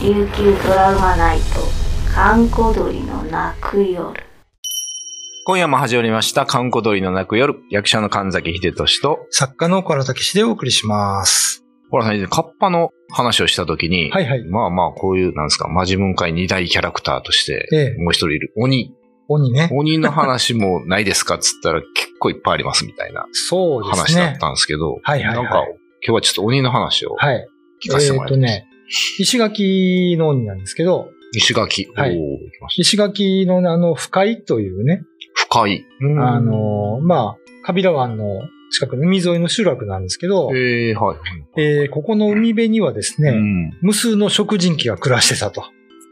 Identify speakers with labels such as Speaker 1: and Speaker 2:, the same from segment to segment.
Speaker 1: 琉球ドラマナイト観光鳥の泣く夜
Speaker 2: 今夜も始まりました、かんこ鳥の泣く夜、役者の神崎秀俊と、
Speaker 3: 作家の岡野武史でお送りします。
Speaker 2: ほらさん以前、カッパの話をしたときに、
Speaker 3: はいはい。
Speaker 2: まあまあ、こういう、なんですか、マジムン界二大キャラクターとして、
Speaker 3: ええ、
Speaker 2: もう一人いる、鬼。
Speaker 3: 鬼ね。
Speaker 2: 鬼の話もないですかっつったら、結構いっぱいありますみたいな
Speaker 3: そうです
Speaker 2: 話だ
Speaker 3: ね
Speaker 2: っ。たんですけど、
Speaker 3: はいはいはい
Speaker 2: なんか、今日はちょっと鬼の話を
Speaker 3: はい。
Speaker 2: 聞かせてもらいます。
Speaker 3: えっとね、石垣の鬼なんですけど、
Speaker 2: 石垣。
Speaker 3: はい
Speaker 2: おー行きました
Speaker 3: 石垣のあの、深井というね、
Speaker 2: 深い。うん
Speaker 3: あ、の、まあ、カビラ湾の近くの海沿いの集落なんですけど、
Speaker 2: ええはい。
Speaker 3: えーここの海辺にはですね、
Speaker 2: うん
Speaker 3: 無数の食人鬼が暮らしてたと。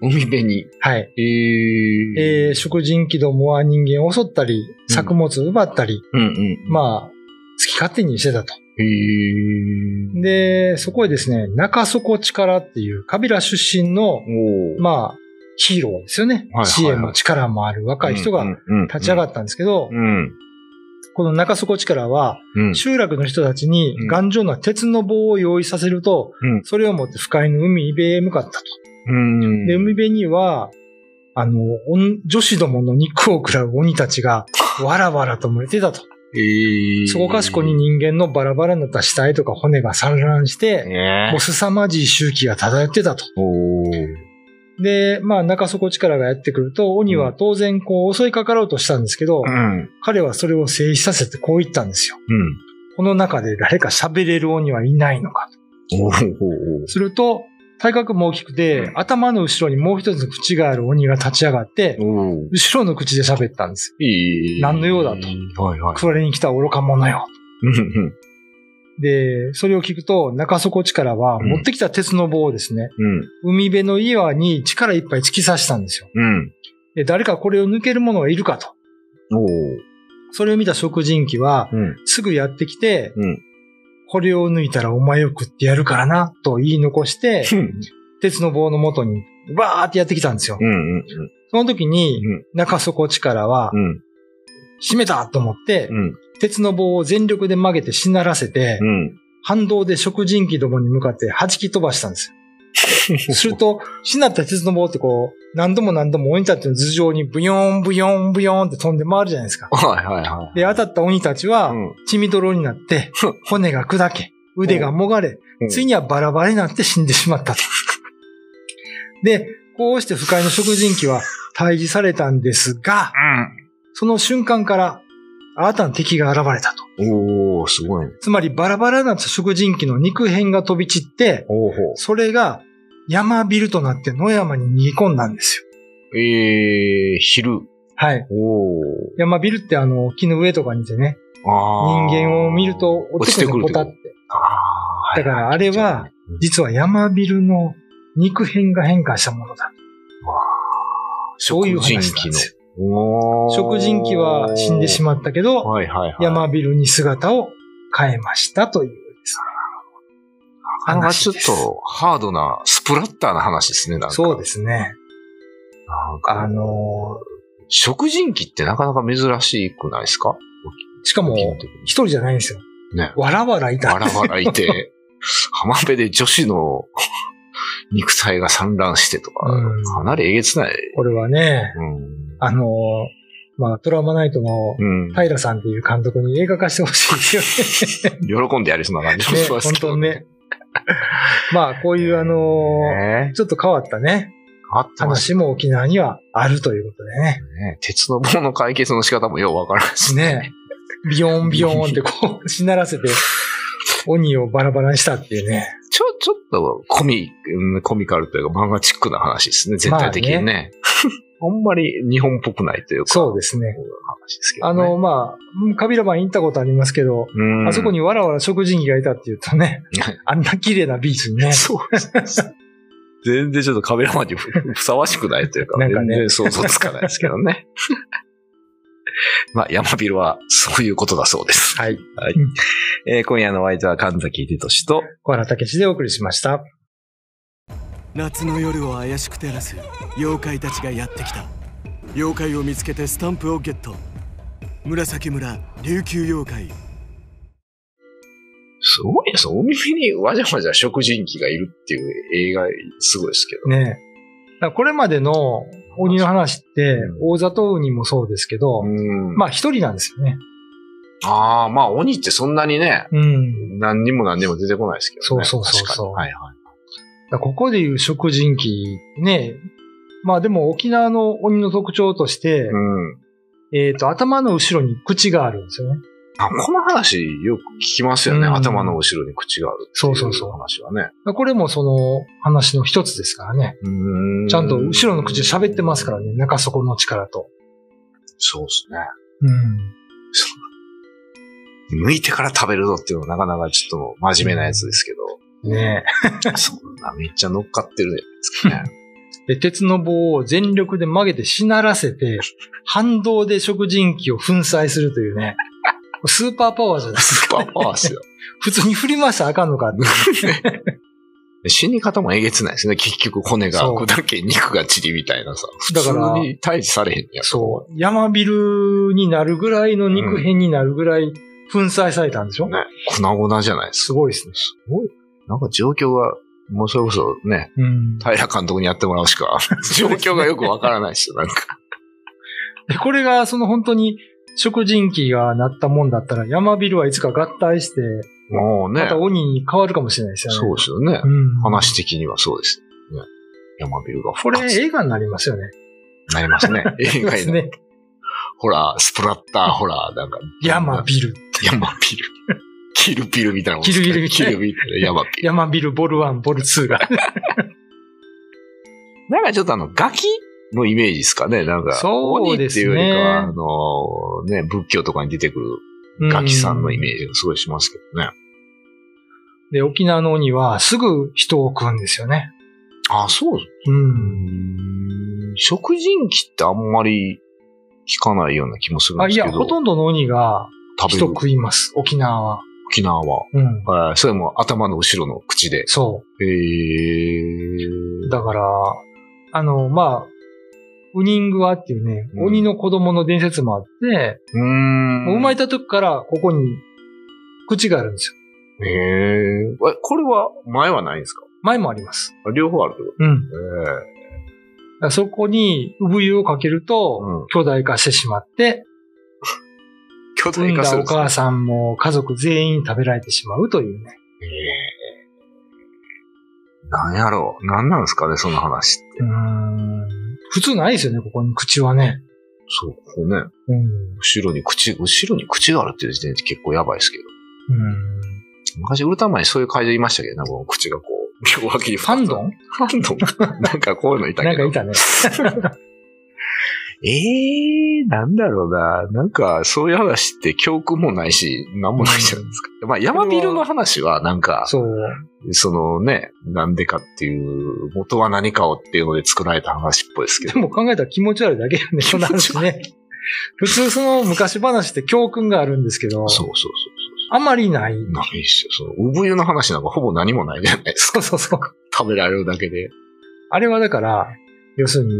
Speaker 2: 海辺に。
Speaker 3: はい。
Speaker 2: えー、
Speaker 3: えー食人鬼どもは人間を襲ったり、作物を奪ったり、
Speaker 2: うんうん。あ、
Speaker 3: まあ、好き勝手にしてたと。
Speaker 2: えー、
Speaker 3: で、そこへですね、中底力っていうカビラ出身の、
Speaker 2: おあ、
Speaker 3: まあ、ヒーローですよね。
Speaker 2: はいはいはい
Speaker 3: 知恵も力もある若い人が立ち上が
Speaker 2: っ
Speaker 3: ったんですけど、
Speaker 2: うん。
Speaker 3: この中底力は、
Speaker 2: うん。
Speaker 3: 集落の人たちに
Speaker 2: うん
Speaker 3: 頑丈な鉄の棒を用意させると、
Speaker 2: うん
Speaker 3: それを持って不快の海辺へ向かったと。
Speaker 2: うん。
Speaker 3: で、海辺には、あの、おん女子どもの肉を食らう鬼たち が、わらわらと群れてたと。
Speaker 2: えー、
Speaker 3: そこかしこに人間のバラバラになった死体とか骨が散乱して、
Speaker 2: ね
Speaker 3: もう凄まじい周期が漂ってたと。
Speaker 2: おー
Speaker 3: で、まあ、中底力がやってくると、鬼は当然こう襲いかかろうとしたんですけど、
Speaker 2: うん。うん。
Speaker 3: 彼はそれを制止させてこう言ったんですよ。この中で誰か喋れる鬼はいないのかと。
Speaker 2: おー
Speaker 3: すると、体格も大きくて、頭の後ろにもう一つの口がある鬼が立ち上がって
Speaker 2: おー、おー
Speaker 3: 後ろの口で喋ったんですよ。
Speaker 2: いい。
Speaker 3: 何の用だ
Speaker 2: と。はいはい。
Speaker 3: 食われに来た愚か者よ。
Speaker 2: うんうん
Speaker 3: で、それを聞くと、中底力は持ってきた鉄の棒をですね、
Speaker 2: うん。
Speaker 3: 海辺の岩に力いっぱい突き刺したんですよ。
Speaker 2: うん。
Speaker 3: で、誰かこれを抜ける者がいるかと。
Speaker 2: おー
Speaker 3: それを見た食人鬼は、
Speaker 2: うん。
Speaker 3: すぐやってきて、
Speaker 2: うん
Speaker 3: これを抜いたらお前を食ってやるからな、と言い残して、鉄の棒の元に、バーってやってきたんですよ
Speaker 2: う。ん。うん。
Speaker 3: その時に
Speaker 2: うん、
Speaker 3: 中底力は
Speaker 2: う、ん。
Speaker 3: 閉めたと思って、
Speaker 2: うん。
Speaker 3: 鉄の棒を全力で曲げてしならせて、
Speaker 2: うん。
Speaker 3: 反動で食人鬼どもに向かって弾き飛ばしたん ですよ。すると、しなった鉄の棒ってこう、何度も何度も鬼たちの頭上にブヨーンブヨーンブヨーンって飛んで回るじゃないですか。
Speaker 2: はいはいはい。
Speaker 3: で、当たった鬼たちは、
Speaker 2: うん
Speaker 3: 血みどろになって、骨が砕け、腕がもがれ
Speaker 2: うん、
Speaker 3: ついにはバラバラになって死んでしまった と。で、こうして不快の食人鬼は退治されたんですが、その瞬間から新たな敵が現れたと。
Speaker 2: うん。おー、すごいね。
Speaker 3: つまりバラバラになった食人鬼の肉片が飛び散って、
Speaker 2: おーほ
Speaker 3: それが山ビルとなって野山に逃げ込んだんです
Speaker 2: う。
Speaker 3: よ。
Speaker 2: えー、昼。
Speaker 3: はい。
Speaker 2: おー。
Speaker 3: 山ビルってあの、木の上とかにてね、
Speaker 2: あ
Speaker 3: 人
Speaker 2: ー
Speaker 3: 間を見ると落
Speaker 2: 落
Speaker 3: ち
Speaker 2: ち
Speaker 3: て
Speaker 2: て
Speaker 3: く
Speaker 2: くる
Speaker 3: るポタ
Speaker 2: と
Speaker 3: って。
Speaker 2: あー
Speaker 3: だからあれは、実は山ビルの肉片が変化したものだ。そういう話なんです
Speaker 2: おー
Speaker 3: 食人鬼は死んでしまったけど、
Speaker 2: はいはいはい。
Speaker 3: 山ビルに姿を変えましたというですね
Speaker 2: あの、ち
Speaker 3: 話
Speaker 2: ょっ
Speaker 3: です
Speaker 2: と、ハードな、スプラッターな話ですね、なんか。
Speaker 3: そうですね。
Speaker 2: なん
Speaker 3: あ
Speaker 2: か、
Speaker 3: の
Speaker 2: 食人鬼ってなかなか珍しくないですか
Speaker 3: ーしかも、
Speaker 2: 基
Speaker 3: 一
Speaker 2: 本的に
Speaker 3: 人じゃないんですよ。
Speaker 2: ね。
Speaker 3: わらわらいた
Speaker 2: わ。らわらい て、浜辺で女子の 肉体が散乱してとか、
Speaker 3: うん
Speaker 2: かなりえげつない。
Speaker 3: これはね、
Speaker 2: うん。
Speaker 3: あのーまあ、トラウマナイトの
Speaker 2: うん。
Speaker 3: 平さんっていう監督に映画化してほしいですよね。
Speaker 2: 喜んでや りそうな感じもし
Speaker 3: ね
Speaker 2: ます
Speaker 3: 本
Speaker 2: け
Speaker 3: 当
Speaker 2: ど
Speaker 3: に
Speaker 2: ね。
Speaker 3: ね。 まあ、こういうあのー
Speaker 2: ね
Speaker 3: ちょっと変わったね、
Speaker 2: あったまし
Speaker 3: 話も沖縄にはあるということでね。
Speaker 2: たね。鉄の棒の解決の仕方もようわからんし
Speaker 3: ね。ビヨンビヨンってこ う、しならせて、鬼をバラバラにしたっていうね。
Speaker 2: ちょ、ちょっとコミ、うんコミカルというか漫画チックな話ですね、全体的にね。
Speaker 3: まあ
Speaker 2: あんまり日本っぽくないというか。
Speaker 3: そうですね。
Speaker 2: 話ですけど、
Speaker 3: あ
Speaker 2: ね。
Speaker 3: の、まあ、カビラバン行ったことありますけど、
Speaker 2: うん、
Speaker 3: あそこ
Speaker 2: に。
Speaker 3: にわらわら食人鬼がいたっていうとね、あんな綺麗なビーチにね、
Speaker 2: そうですね。全然ちょっとカメラマンにふふさわしくないというか、
Speaker 3: なんかね
Speaker 2: 全然想像つかないですけどね。 まあ、山ビルはそういうことだそうです。
Speaker 3: はい。
Speaker 2: えー今夜のお相手は神崎秀俊と、
Speaker 3: 小原武史でお送りしました。
Speaker 4: 夏の夜を怪しく照らす妖怪たちがやってきた妖怪を見つけてスタンプをゲット紫村琉球妖怪
Speaker 2: すごいです。お耳にわじゃわじゃ食人鬼がいるっていう映画、すごいですけど。
Speaker 3: ねえ。だからこれまでの鬼の話って
Speaker 2: う、
Speaker 3: 大里鬼もそうですけど、
Speaker 2: うん。
Speaker 3: まあ一人なんですよね。
Speaker 2: ああ、まあ鬼ってそんなにね、
Speaker 3: うん。
Speaker 2: 何にも何にも出てこないですけどね。
Speaker 3: そうそうそうそう
Speaker 2: 確かにはいはい。
Speaker 3: だからここでいう食人鬼、ねえ。まあでも沖縄の鬼の特徴として、
Speaker 2: うん。
Speaker 3: えっ、と、頭の後ろに口があるんですよね。
Speaker 2: あこの話よく聞きますよね。
Speaker 3: うん
Speaker 2: 頭の後ろに口があるってい
Speaker 3: そうそうそう
Speaker 2: 話はね。
Speaker 3: これもその話の一つですからね。
Speaker 2: う
Speaker 3: ちゃんと後ろの口で喋ってますから
Speaker 2: ね。
Speaker 3: ね、中底の力と。
Speaker 2: そうですね。
Speaker 3: うん。
Speaker 2: 抜いてから食べるぞっていうのはなかなかちょっと真面目なやつですけど。
Speaker 3: ね
Speaker 2: そんなめっちゃ乗っかってるじゃ ないですかね。
Speaker 3: え。で、鉄の棒を全力で曲げてしならせ て、反動で食人鬼を粉砕するというね。スーパーパワーじゃない
Speaker 2: スーパーパワーですよ。
Speaker 3: 普通に振り回したらあかんのかって。
Speaker 2: で死に方もえげつないですね。結局骨が
Speaker 3: そう
Speaker 2: 砕け肉が散りみたいなさ。普
Speaker 3: だから
Speaker 2: 通に退治されへんやつ。
Speaker 3: そう。山ビルになるぐらいの肉片になるぐらい粉砕されたんでしょ、
Speaker 2: ね。粉々じゃないです
Speaker 3: すごいですね。
Speaker 2: すごい。なんか状況が、もうそれこそね、
Speaker 3: うん。
Speaker 2: 平監督にやってもらうし か、状況がよくわからないですよ、なんか。
Speaker 3: で、これがその本当に食人鬼がなったもんだったら、山ビルはいつか合体して、
Speaker 2: もうね
Speaker 3: ま、た鬼に変わるかもしれないですよね。
Speaker 2: そうですよね。
Speaker 3: うん、
Speaker 2: 話的にはそうですよね。山ビルが
Speaker 3: こ
Speaker 2: 復
Speaker 3: れ
Speaker 2: 活に
Speaker 3: 映画になりますよね。
Speaker 2: なりますね。映画
Speaker 3: です
Speaker 2: にな
Speaker 3: ね。
Speaker 2: ホラー、スプラッター、ホラー、なんか。
Speaker 3: 山ビル。
Speaker 2: 山ビル。キルビルみたいなもんですね
Speaker 3: キルビルみ
Speaker 2: キ
Speaker 3: たいな
Speaker 2: ルビル。山ビル。
Speaker 3: 山ビルボル1、ボル2が。
Speaker 2: なんかちょっとあの、ガキのイメージですかね。なんか、
Speaker 3: そうですね
Speaker 2: 鬼っていうよりかは、あの、ね、仏教とかに出てくるガキさんのイメージがすごいしますけどね。
Speaker 3: で、沖縄の鬼はすぐ人を食うんですよね。
Speaker 2: あ、そう
Speaker 3: うん。
Speaker 2: 食人鬼ってあんまり聞かないような気もするん
Speaker 3: あ、
Speaker 2: で
Speaker 3: い
Speaker 2: すけど。
Speaker 3: や、ほとんどの鬼が
Speaker 2: 食べ
Speaker 3: 人
Speaker 2: る
Speaker 3: 食います。沖縄は。
Speaker 2: 沖縄は。
Speaker 3: うん。
Speaker 2: えーそれも頭の後ろの口で。
Speaker 3: そ
Speaker 2: え
Speaker 3: う。
Speaker 2: ー、
Speaker 3: だから、あの、まあ、ウニングワっていうね、
Speaker 2: うん
Speaker 3: 鬼の子供の伝説もあって、
Speaker 2: うーん。
Speaker 3: もう生まれた時からここに口があるんですよ。
Speaker 2: えー、えこれは前はないんですか
Speaker 3: 前もあります。
Speaker 2: あ両方あるってこ
Speaker 3: うん。だ
Speaker 2: とええ
Speaker 3: からそこに産湯をかける
Speaker 2: うん
Speaker 3: と、巨大化してしまって、
Speaker 2: 巨
Speaker 3: 産
Speaker 2: 大
Speaker 3: ん
Speaker 2: 化
Speaker 3: だ
Speaker 2: する
Speaker 3: お
Speaker 2: んですね
Speaker 3: 母さんも家族全員食べられてしまうというね。
Speaker 2: ええなんやろう。なんなんですかね、その話って。
Speaker 3: うーん。普通ないですよね、ここに口はね。
Speaker 2: そう、こうね。
Speaker 3: うん。う
Speaker 2: 後ろに口、後ろに口があるっていう時点で結構やばいですけど。
Speaker 3: ん。
Speaker 2: 昔、ウルトラマンにそういう会場いましたけどね、この口がこう、 両脇に。
Speaker 3: ファンドン
Speaker 2: ファンドンかなんかこういうのいた
Speaker 3: な
Speaker 2: け
Speaker 3: んか
Speaker 2: ど。
Speaker 3: い たね。
Speaker 2: ええー、なんだろうな。なんか、そういう話って教訓もないし、なんもないじゃないですか。まあ、山ビルの話は、なんか、
Speaker 3: そう。
Speaker 2: そのね、なんでかっていう、元は何かをっていうので作られた話っぽいですけ
Speaker 3: で
Speaker 2: ど。
Speaker 3: も考えたら気持ち悪いだけよ ね、そんな話ね。普通その昔話って教訓があるんですけど、
Speaker 2: そうそうそう
Speaker 3: あまりない。
Speaker 2: そう。ないっすよ。その、産湯の話なんかほぼ何もないじゃないですか。
Speaker 3: そうそうそう。
Speaker 2: 食べられるだけで。
Speaker 3: あれはだから、要するに、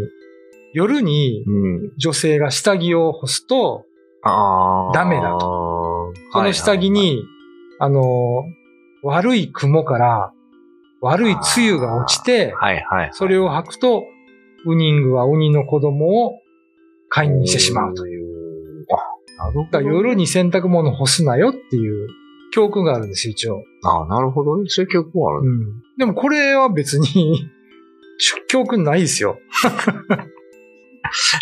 Speaker 3: 夜に
Speaker 2: うん。
Speaker 3: 女性が下着を干すと、
Speaker 2: ああ。
Speaker 3: ダメだ
Speaker 2: と。
Speaker 3: その下着に、あの、悪い雲から悪い梅雨が落ちて、
Speaker 2: はいはいはい。
Speaker 3: それを履くと、ウニングは鬼の子供を解任してしまうと。
Speaker 2: いう。あ、なるほ
Speaker 3: だ
Speaker 2: ど。
Speaker 3: から夜に洗濯物干すなよっていう教訓があるんですよ、一応。
Speaker 2: あなるほどね。そういう曲もあるんだ
Speaker 3: うん。でもこれは別に、 教訓ないですよ。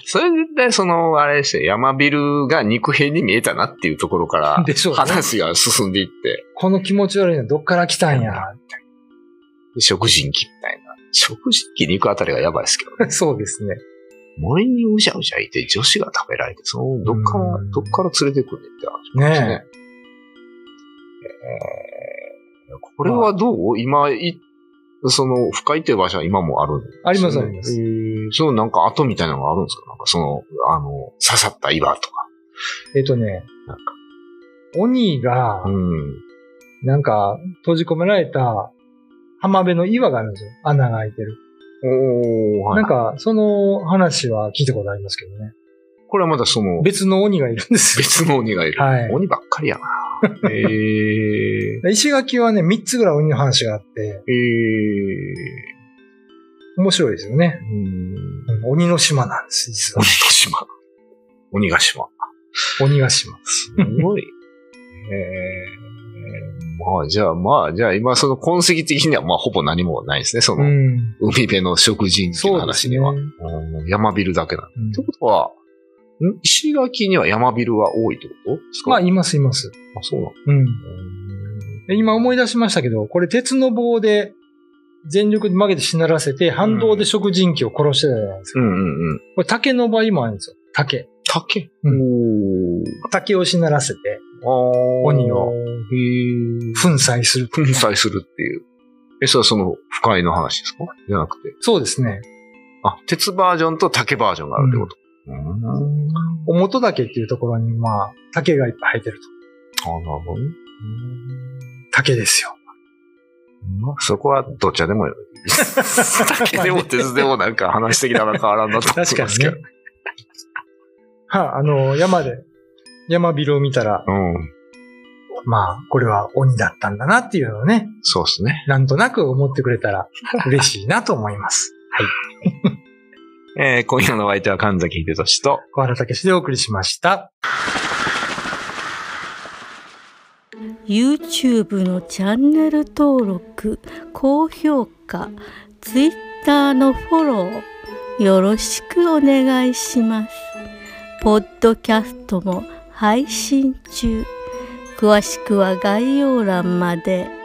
Speaker 2: それで、その、あれですよ、山ビルが肉片に見えたなっていうところ から、
Speaker 3: でしょうね
Speaker 2: 話が進んでいって、
Speaker 3: この気持ち悪いのどっから来たんや。
Speaker 2: 食人鬼みたいな。食人鬼に行くあたりがやばいですけど、ね、
Speaker 3: そうですね。
Speaker 2: 森にうじゃうじゃいて女子が食べられて、その、どっから
Speaker 3: う、ん
Speaker 2: どっから連れてくんねんって話
Speaker 3: ねえ
Speaker 2: ですね。えーこれはどう今、いその、深いっていう場所は今もあるんですよね
Speaker 3: ありますあります
Speaker 2: えーそのなんか跡みたいなのがあるんですかなんかその、あの、刺さった岩とか。
Speaker 3: えっとね
Speaker 2: なんか、
Speaker 3: 鬼が
Speaker 2: う、ん。
Speaker 3: なんか、閉じ込められた浜辺の岩があるんですよ。穴が開いてる。
Speaker 2: おー、はい
Speaker 3: なんか、その話は聞いたことありますけどね。
Speaker 2: これはまだその、
Speaker 3: 別の鬼がいるんですよ。
Speaker 2: 別の鬼がいる。
Speaker 3: はい
Speaker 2: 鬼ばっかりやな。ええ
Speaker 3: 石垣はね、3つぐらい鬼の話があって、
Speaker 2: え
Speaker 3: 面白いですよね
Speaker 2: え。うん。
Speaker 3: うん鬼の島なんです、実
Speaker 2: 鬼
Speaker 3: は
Speaker 2: の。島。鬼ヶ島。
Speaker 3: 鬼ヶ島。
Speaker 2: すご い。ええまあ、じゃあ、まあ、じゃあ、今、その痕跡的には、まあ、ほぼ何もないですね。そうの、
Speaker 3: ん。
Speaker 2: 海辺の食人鬼の話には。
Speaker 3: そうで
Speaker 2: うん山ビルだけなんだ。
Speaker 3: うん
Speaker 2: ってことは、ん石垣には山ビルは多いってことですか
Speaker 3: まあ、います、います。
Speaker 2: あそうなの
Speaker 3: うん。で今思い出しましたけど、これ鉄の棒で全力で曲げてしならせて、反動で食人鬼を殺してたじゃないですか。
Speaker 2: うんうんうん。
Speaker 3: これ竹の場合もあるんですよ。竹。
Speaker 2: 竹
Speaker 3: う
Speaker 2: おー
Speaker 3: 竹をしならせて、
Speaker 2: あー
Speaker 3: 鬼
Speaker 2: へ
Speaker 3: を
Speaker 2: ー
Speaker 3: 粉砕する。
Speaker 2: 粉砕するっていう。え、それはその、不快の話ですかじゃなくて。
Speaker 3: そうですね。
Speaker 2: あ、鉄バージョンと竹バージョンがあるってこと。うん。あ、なる
Speaker 3: お元竹っていうところに、まあ、竹がいっぱい生えてると。
Speaker 2: ほどね。
Speaker 3: 竹ですよ。
Speaker 2: まあ、そこはどっちでもよ。 竹でも鉄でもなんか話的なら変わらんなと思います
Speaker 3: 確
Speaker 2: け
Speaker 3: か
Speaker 2: ど。
Speaker 3: にね。は、あの、山で、山ビルを見たら、
Speaker 2: うん。
Speaker 3: まあ、これは鬼だったんだなっていうのをね、
Speaker 2: そうですね。
Speaker 3: なんとなく思ってくれたら嬉しいなと思います。
Speaker 2: えー、今夜のお相手は神崎秀俊と、
Speaker 3: 小原武史でお送りしました。
Speaker 5: YouTube のチャンネル登録高評価 Twitter のフォローよろしくお願いしますポッドキャストも配信中詳しくは概要欄まで。